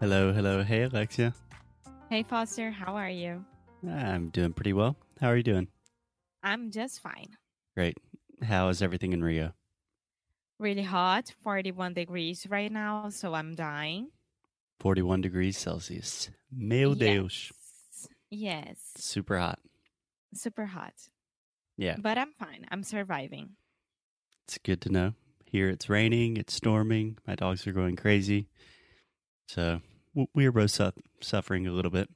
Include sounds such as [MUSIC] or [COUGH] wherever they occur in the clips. Hello, hello. Hey, Alexia. Hey, Foster, how are you? I'm doing pretty well. How are you doing? I'm just fine. Great. How is everything in Rio? Really hot, 41 degrees right now, so I'm dying. 41 degrees Celsius. Meu Deus. Yes. Yes, Super hot. super hot. Yeah. But I'm fine. I'm surviving. [LAUGHS] It's good to know. Here it's raining, it's storming. My dogs are going crazy. So w- we are both su- suffering a little bit.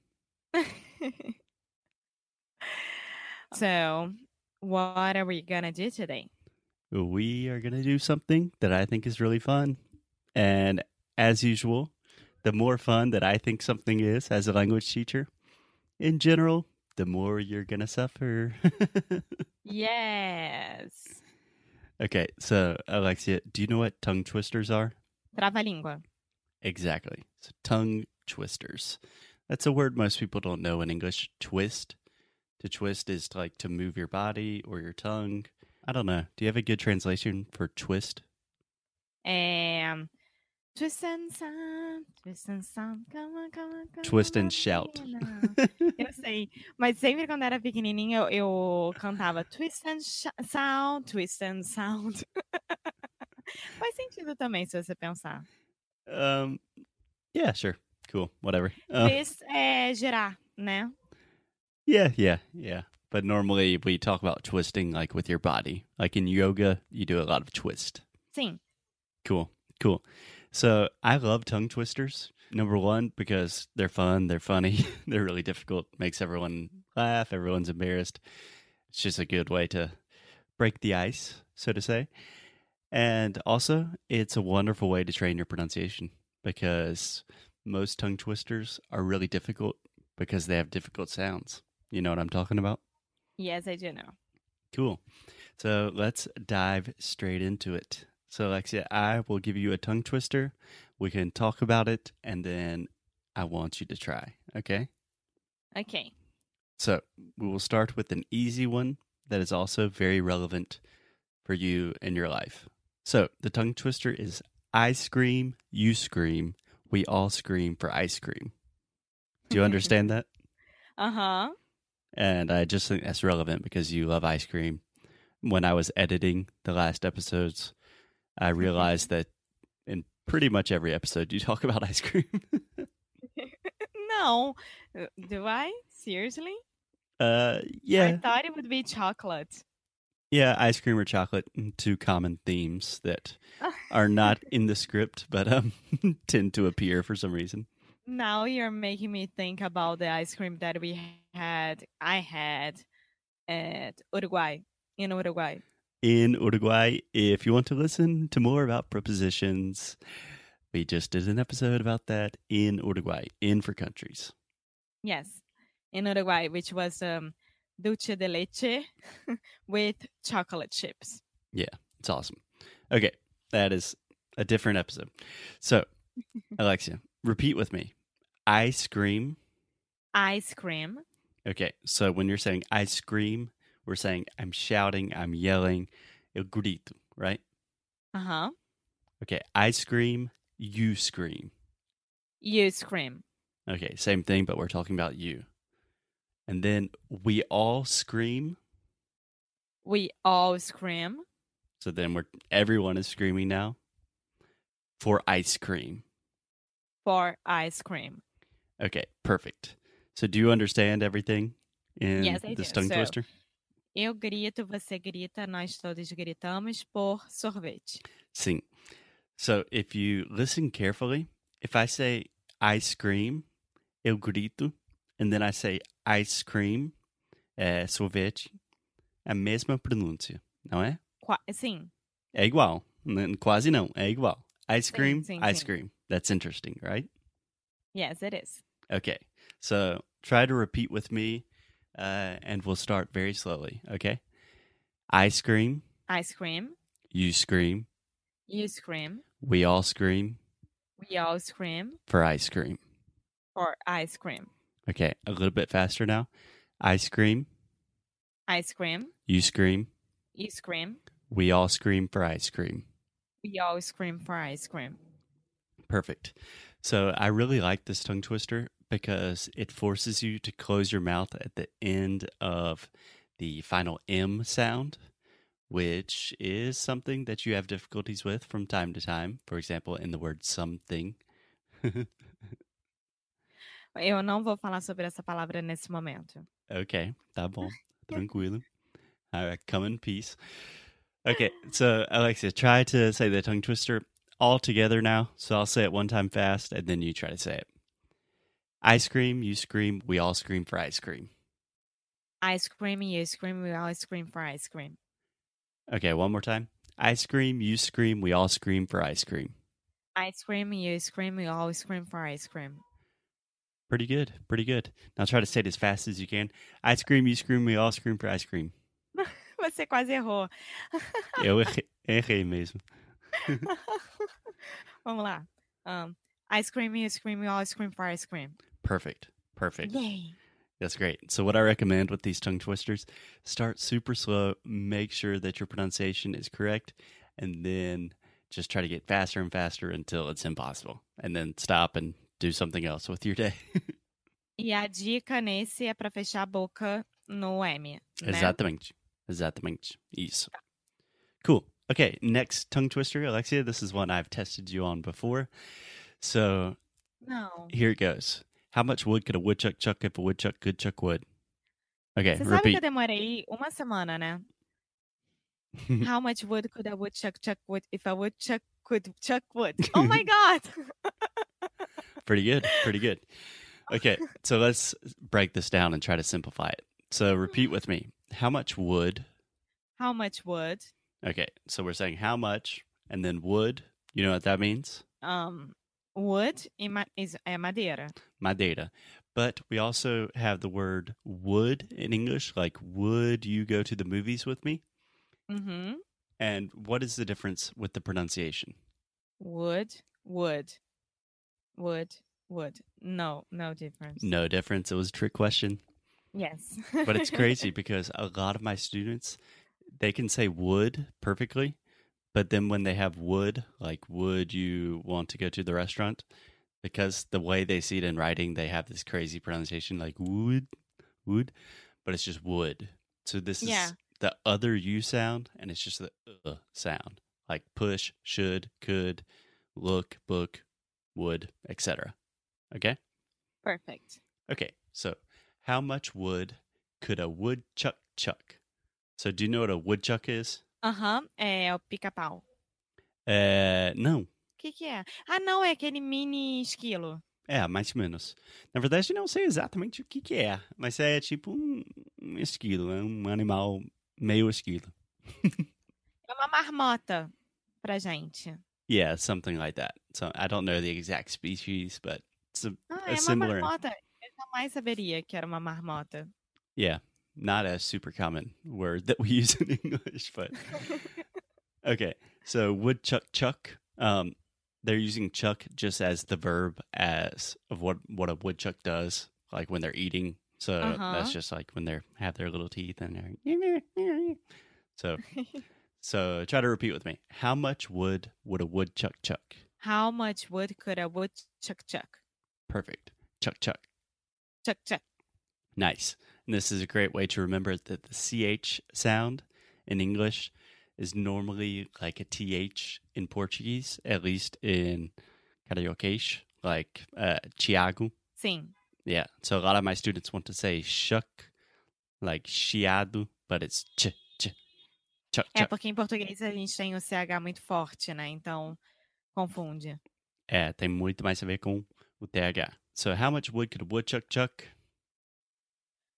so, what are we going to do today? We are going to do something that I think is really fun. And as usual, the more fun that I think something is as a language teacher, in general, the more you're going to suffer. [LAUGHS] Yes. Okay, so Alexia, do you know what tongue twisters are? Trava-língua. Exactly. So tongue twisters. That's a word most people don't know in English. Twist. To twist is to, like to move your body or your tongue. I don't know. Do you have a good translation for twist? Um, twist and sound, twist and sound, come on, come on, come Twist on, and shout. menina. [LAUGHS] Eu sei, mas sempre quando era pequenininha eu, eu cantava Twist and Sh- Sound, Twist and Sound. [LAUGHS] Faz sentido também, se você pensar. um, yeah, sure. Cool. Whatever. Uh, Twist é girar, né? yeah, yeah, yeah. But normally we talk about twisting like with your body. Like in yoga, you do a lot of twist. Sim. Cool. Cool. So I love tongue twisters. Number one, because they're fun, they're funny, [LAUGHS] they're really difficult, makes everyone laugh, everyone's embarrassed. It's just a good way to break the ice, so to say. And also, it's a wonderful way to train your pronunciation because most tongue twisters are really difficult because they have difficult sounds. You know what I'm talking about? Yes, I do know. Cool. So let's dive straight into it. So, Alexia, I will give you a tongue twister. We can talk about it, and then I want you to try. Okay. Ok. So, we will start with an easy one that is also very relevant for you in your life. So, the tongue twister is I scream, you scream, we all scream for ice cream. Do you understand that? Aham. [LAUGHS] And I just think that's relevant because you love ice cream. When I was editing the last episodes, I realized that in pretty much every episode you [LAUGHS] talk about ice cream. Não. Uh, Do I? Seriously? uh I yeah. thought it would be chocolate. Yeah, ice cream or chocolate, mm, two common themes that are not in the script but um [LAUGHS] tend to appear for some reason. [LAUGHS] Now you're making me think about the ice cream that we had, I had at Uruguay, in Uruguay. in Uruguay. If you want to listen to more about prepositions, we just did an episode about that in Uruguay, in for countries. Yes, in Uruguay, which was um, dulce de leche [LAUGHS] with chocolate chips. It's awesome. Okay, that is a different episode. So, Alexia, repeat with me. I scream. Ice cream. Okay, so when you're saying I scream, we're saying I'm shouting, I'm yelling, eu grito, right? Uh huh. Okay, I scream, you scream. You scream. Okay, same thing, but we're talking about you. And then we all scream. We all scream. So then we're everyone is screaming now for ice cream. For ice cream. Okay, perfect. So do you understand everything in Yes, I this do. tongue So- twister? Eu grito, você grita, nós todos gritamos por sorvete. Sing. So if you listen carefully, if I say ice cream, eu grito, and then I say ice cream, é, sorvete, a mesma pronúncia, não é? Qua- Sim, É igual. N- Quase não, é igual. Ice Sim, cream, sim, ice sim. cream. That's interesting, right? yes, it is. Okay. So try to repeat with me, uh, and we'll start very slowly. Okay. I scream. Ice cream. You scream. You scream. We all scream We all scream for ice cream. for ice cream. Okay. A little bit faster now. I scream. Ice cream. You scream. You scream. We all scream for ice cream. We all scream for ice cream. Perfect. So I really like this tongue twister because it forces you to close your mouth at the end of the final M sound, which is something that you have difficulties with from time to time. For example, in the word something. Eu não vou falar sobre essa palavra nesse momento. Okay, tá bom. Tranquilo. All right, come in peace. Okay, so Alexia, try to say the tongue twister all together now. So I'll say it one time fast, and then you try to say it. I scream, you scream, we all scream for ice cream. I scream, you scream, we all scream for ice cream. Okay, one more time. I scream, you scream, we all scream for ice cream. I scream, you scream, we all scream for ice cream. [LAUGHS] Pretty good, pretty good. Now try to say it as fast as you can. I scream, you scream, we all scream for ice cream. Você quase errou. [LAUGHS] Eu errei- errei mesmo. Vamos lá. Um, I scream, you scream, we all scream for ice cream. Perfect, perfect. Yay. That's great. So, what I recommend with these tongue twisters, start super slow, make sure that your pronunciation is correct, and then just try to get faster and faster until it's impossible. And then stop and do something else with your day. [LAUGHS] E a dica nesse é pra fechar a boca no M. né? Exactamente. Exactamente. Isso. Cool. Okay, next tongue twister, Alexia. This is one I've tested you on before. So, Não. here it goes. How much wood could a woodchuck chuck if a woodchuck could chuck wood? Okay, Você sabe que É, repeat. eu demorei uma semana, né? [LAUGHS] Uhum. How much wood could a woodchuck chuck wood if a woodchuck could chuck wood? Oh my god! [LAUGHS] Pretty good. Pretty good. Okay, so let's break this down and try to simplify it. So repeat with me. How much wood? How much wood? Okay, so we're saying how much and then wood. You know what that means? Um, wood e ma- is- é madeira. My data. But we also have the word would in English, like would you go to the movies with me? Uhum. And what is the difference with the pronunciation? Wood, wood, wood, wood. No, no difference. No difference. It was a trick question. Yes. but [LAUGHS] it's crazy because a lot of my students they can say would perfectly but then when they have would like would you want to go to the restaurant because the way they see it in writing they have this crazy pronunciation like would would but it's just would so this Yeah. is the other u sound and it's just the uh sound like push should could look book would etc okay Perfect. Okay, so how much wood could a woodchuck chuck? So do you know what a woodchuck is? Aham, é o pica-pau. Uh, no. O que, que é? Ah, não, é aquele mini esquilo. É, mais ou menos. Na verdade, eu não sei exatamente o que, que é, mas é tipo um, um esquilo, é um animal meio esquilo. É uma marmota pra gente. [LAUGHS] Yeah, something like that. So I don't know the exact species, but it's a, Ah, É é uma similar. marmota. Eu jamais saberia que era uma marmota. [LAUGHS] yeah, not a super common word that we [LAUGHS] use in English, [LAUGHS] but Okay, so woodchuck chuck. Um, they're using chuck just as the verb as of what what a woodchuck does, like when they're eating. So Uh-huh. that's just like when they have their little teeth and they're. [LAUGHS] So so try to repeat with me. How much wood would a woodchuck chuck? How much wood could a woodchuck chuck? Perfect. Chuck chuck. Chuck chuck. Nice. And this is a great way to remember that the ch sound in English is normally like a th in Portuguese, at least in karaoke, like uh, Chiago. Sim. Yeah. So a lot of my students want to say shuck, like chiado, but it's ch, ch, chuck, É chuck. porque em português a gente tem o CH muito forte, né? Então confunde. É, tem muito mais a ver com o TH. So how much wood could a woodchuck chuck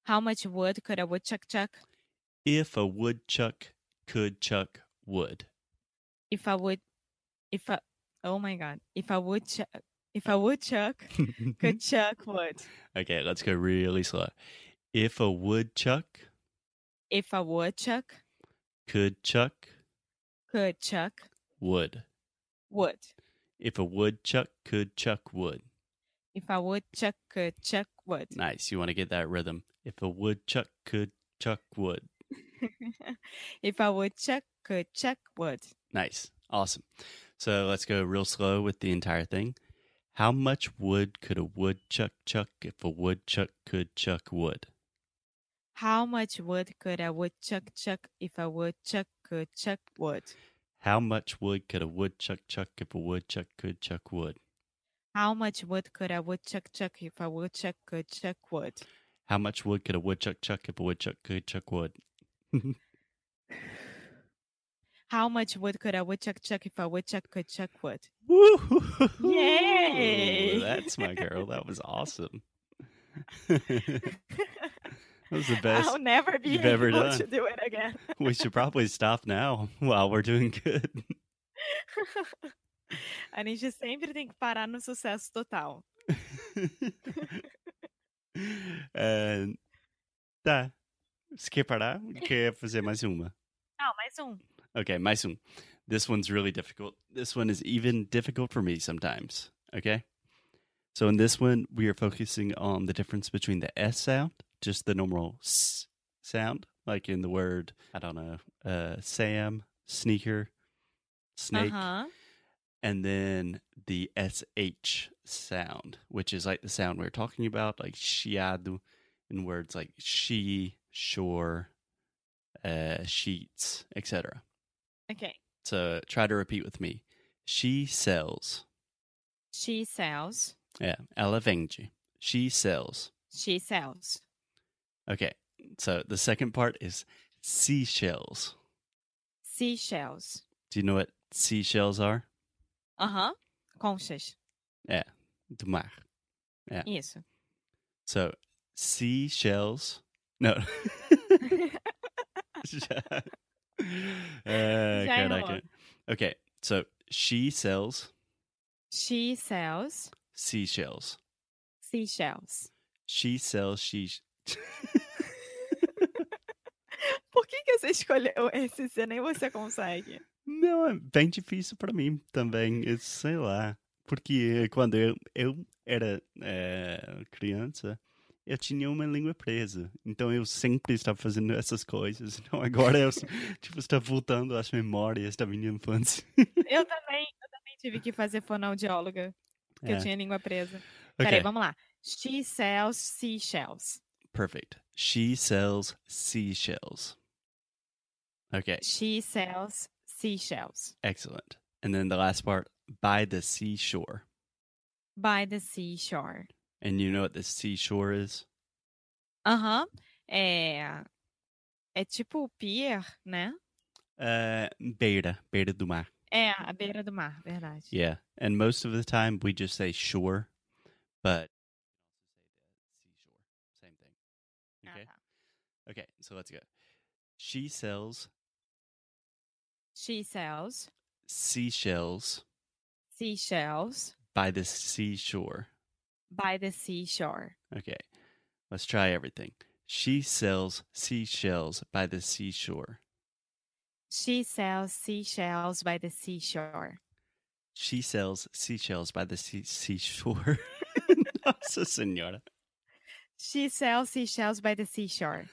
How much wood could a woodchuck chuck if a woodchuck could chuck [LAUGHS] wood? if I would if a oh my god if I would chuck if I would chuck could chuck wood Okay, let's go really slow. If a woodchuck if I would chuck could chuck could chuck wood. wood If a woodchuck could chuck wood. if I would chuck could chuck wood Nice. You want to get that rhythm. If a woodchuck could chuck wood. if I would chuck could chuck wood Nice. Awesome. So let's go real slow with the entire thing. How much wood could a woodchuck chuck if a woodchuck could chuck wood? How much wood could a woodchuck chuck if a woodchuck could chuck wood? How much wood could a woodchuck chuck if a woodchuck could chuck wood? How much wood could a woodchuck chuck if a woodchuck could chuck wood? How much wood could a woodchuck chuck if a woodchuck could chuck wood? How much wood could a woodchuck chuck if a woodchuck could chuck wood? Woo! Yay! [LAUGHS] That's my girl. That was awesome. that was the best. I'll never be you've able ever to done. do it again. [LAUGHS] We should probably stop now [LAUGHS] while we're doing good. A gente sempre tem que parar no sucesso total. É, tá. Você quer parar? Quer fazer mais uma? Não, mais um. Okay, my soon. This one's really difficult. This one is even difficult for me sometimes. Okay. So in this one, we are focusing on the difference between the S sound, just the normal S sound, like in the word, I don't know, uh, Sam, sneaker, snake, Aham. and then the SH sound, which is like the sound we are talking about, like chiado, in words like she, shore, uh, sheets, etc. Ok. So try to repeat with me. She sells. She sells. Yeah, ela vende. She sells. She sells. Okay, so the second part is seashells. Seashells. Do you know what seashells are? Aham. Conchas. Do mar. [LAUGHS] Isso. So seashells. No. [LAUGHS] uh, God, I errou. can't. Okay, so she sells She sells. seashells. Seashells. She sells she. Por que, que você escolheu esse se nem você consegue? Não, é bem difícil para mim também, eu sei lá. Porque quando eu, eu era eh, criança, eu tinha uma língua presa. Então eu sempre estava fazendo essas coisas. Então agora eu [LAUGHS] tipo, estou voltando às memórias da minha infância. Eu também, eu também tive que fazer fonoaudióloga, porque É. eu tinha língua presa. Okay, Peraí, vamos lá. She sells seashells. perfect. She sells seashells. Okay, She sells seashells. excellent. And then the last part, by the seashore. By the seashore. And you know what the seashore is? Aham. É. É tipo o pier, né? Uh, beira, beira do mar. É, a beira do mar, verdade. Yeah. And most of the time we just say shore, but seashore. Same thing. Ah, Okay. tá. Okay, so let's go. She sells She sells seashells seashells by the seashore. by the seashore. Okay. Let's try everything. She sells seashells by the seashore. She sells seashells by the seashore. She sells seashells by the sea- seashore. [LAUGHS] Nossa senora. She sells seashells by the seashore.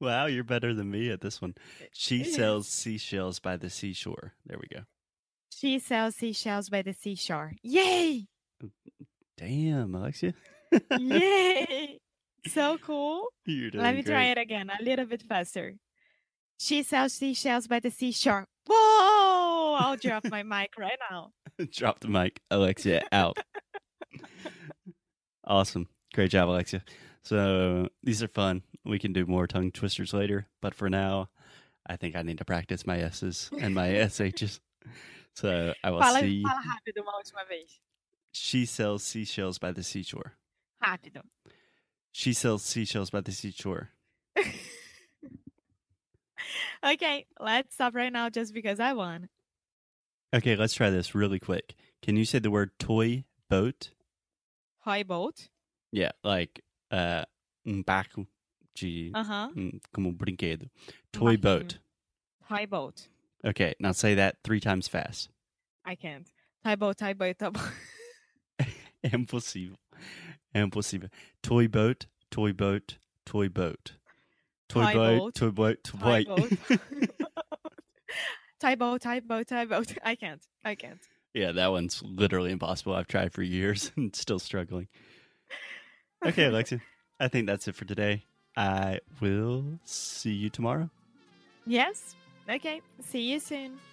Wow, you're better than me at this one. She it is. sells seashells by the seashore. There we go. She sells seashells by the seashore. Yay! Damn, Alexia. [LAUGHS] Yay! So cool. You're doing Let me great. try it again, a little bit faster. She sells seashells by the seashore. Whoa! I'll drop my mic right [LAUGHS] now. Drop the mic. Alexia [LAUGHS] out. awesome. Great job, Alexia. So these are fun. We can do more tongue twisters later, but for now, I think I need to practice my S's and [LAUGHS] my SH's. So I will Fala, see. fala rápido uma última vez. She sells seashells by the seashore. Rápido. [LAUGHS] She sells seashells by the seashore. Okay, let's stop right now just because I won. Okay, let's try this really quick. Can you say the word toy boat? Roy Bolt. Yeah, like uh, um barco de Uh-huh. Mm, como um brinquedo. Toy barquinho. boat. Roy Bolt. Okay, now say that three times fast. [LAUGHS] I can't. Toy boat, toy boat, toy boat. É impossível. É impossível. Toy boat, toy boat, toy boat. Toy Toy boat, boat, toy boat, toy Toy [LAUGHS] [LAUGHS] boat. boat. toy boat, toy boat, toy boat. I can't. I can't. Yeah, that one's literally impossible. I've tried for years [LAUGHS] and still struggling. [LAUGHS] Okay, Alexia, I think that's it for today. I will see you tomorrow. Yes. Okay. See you soon.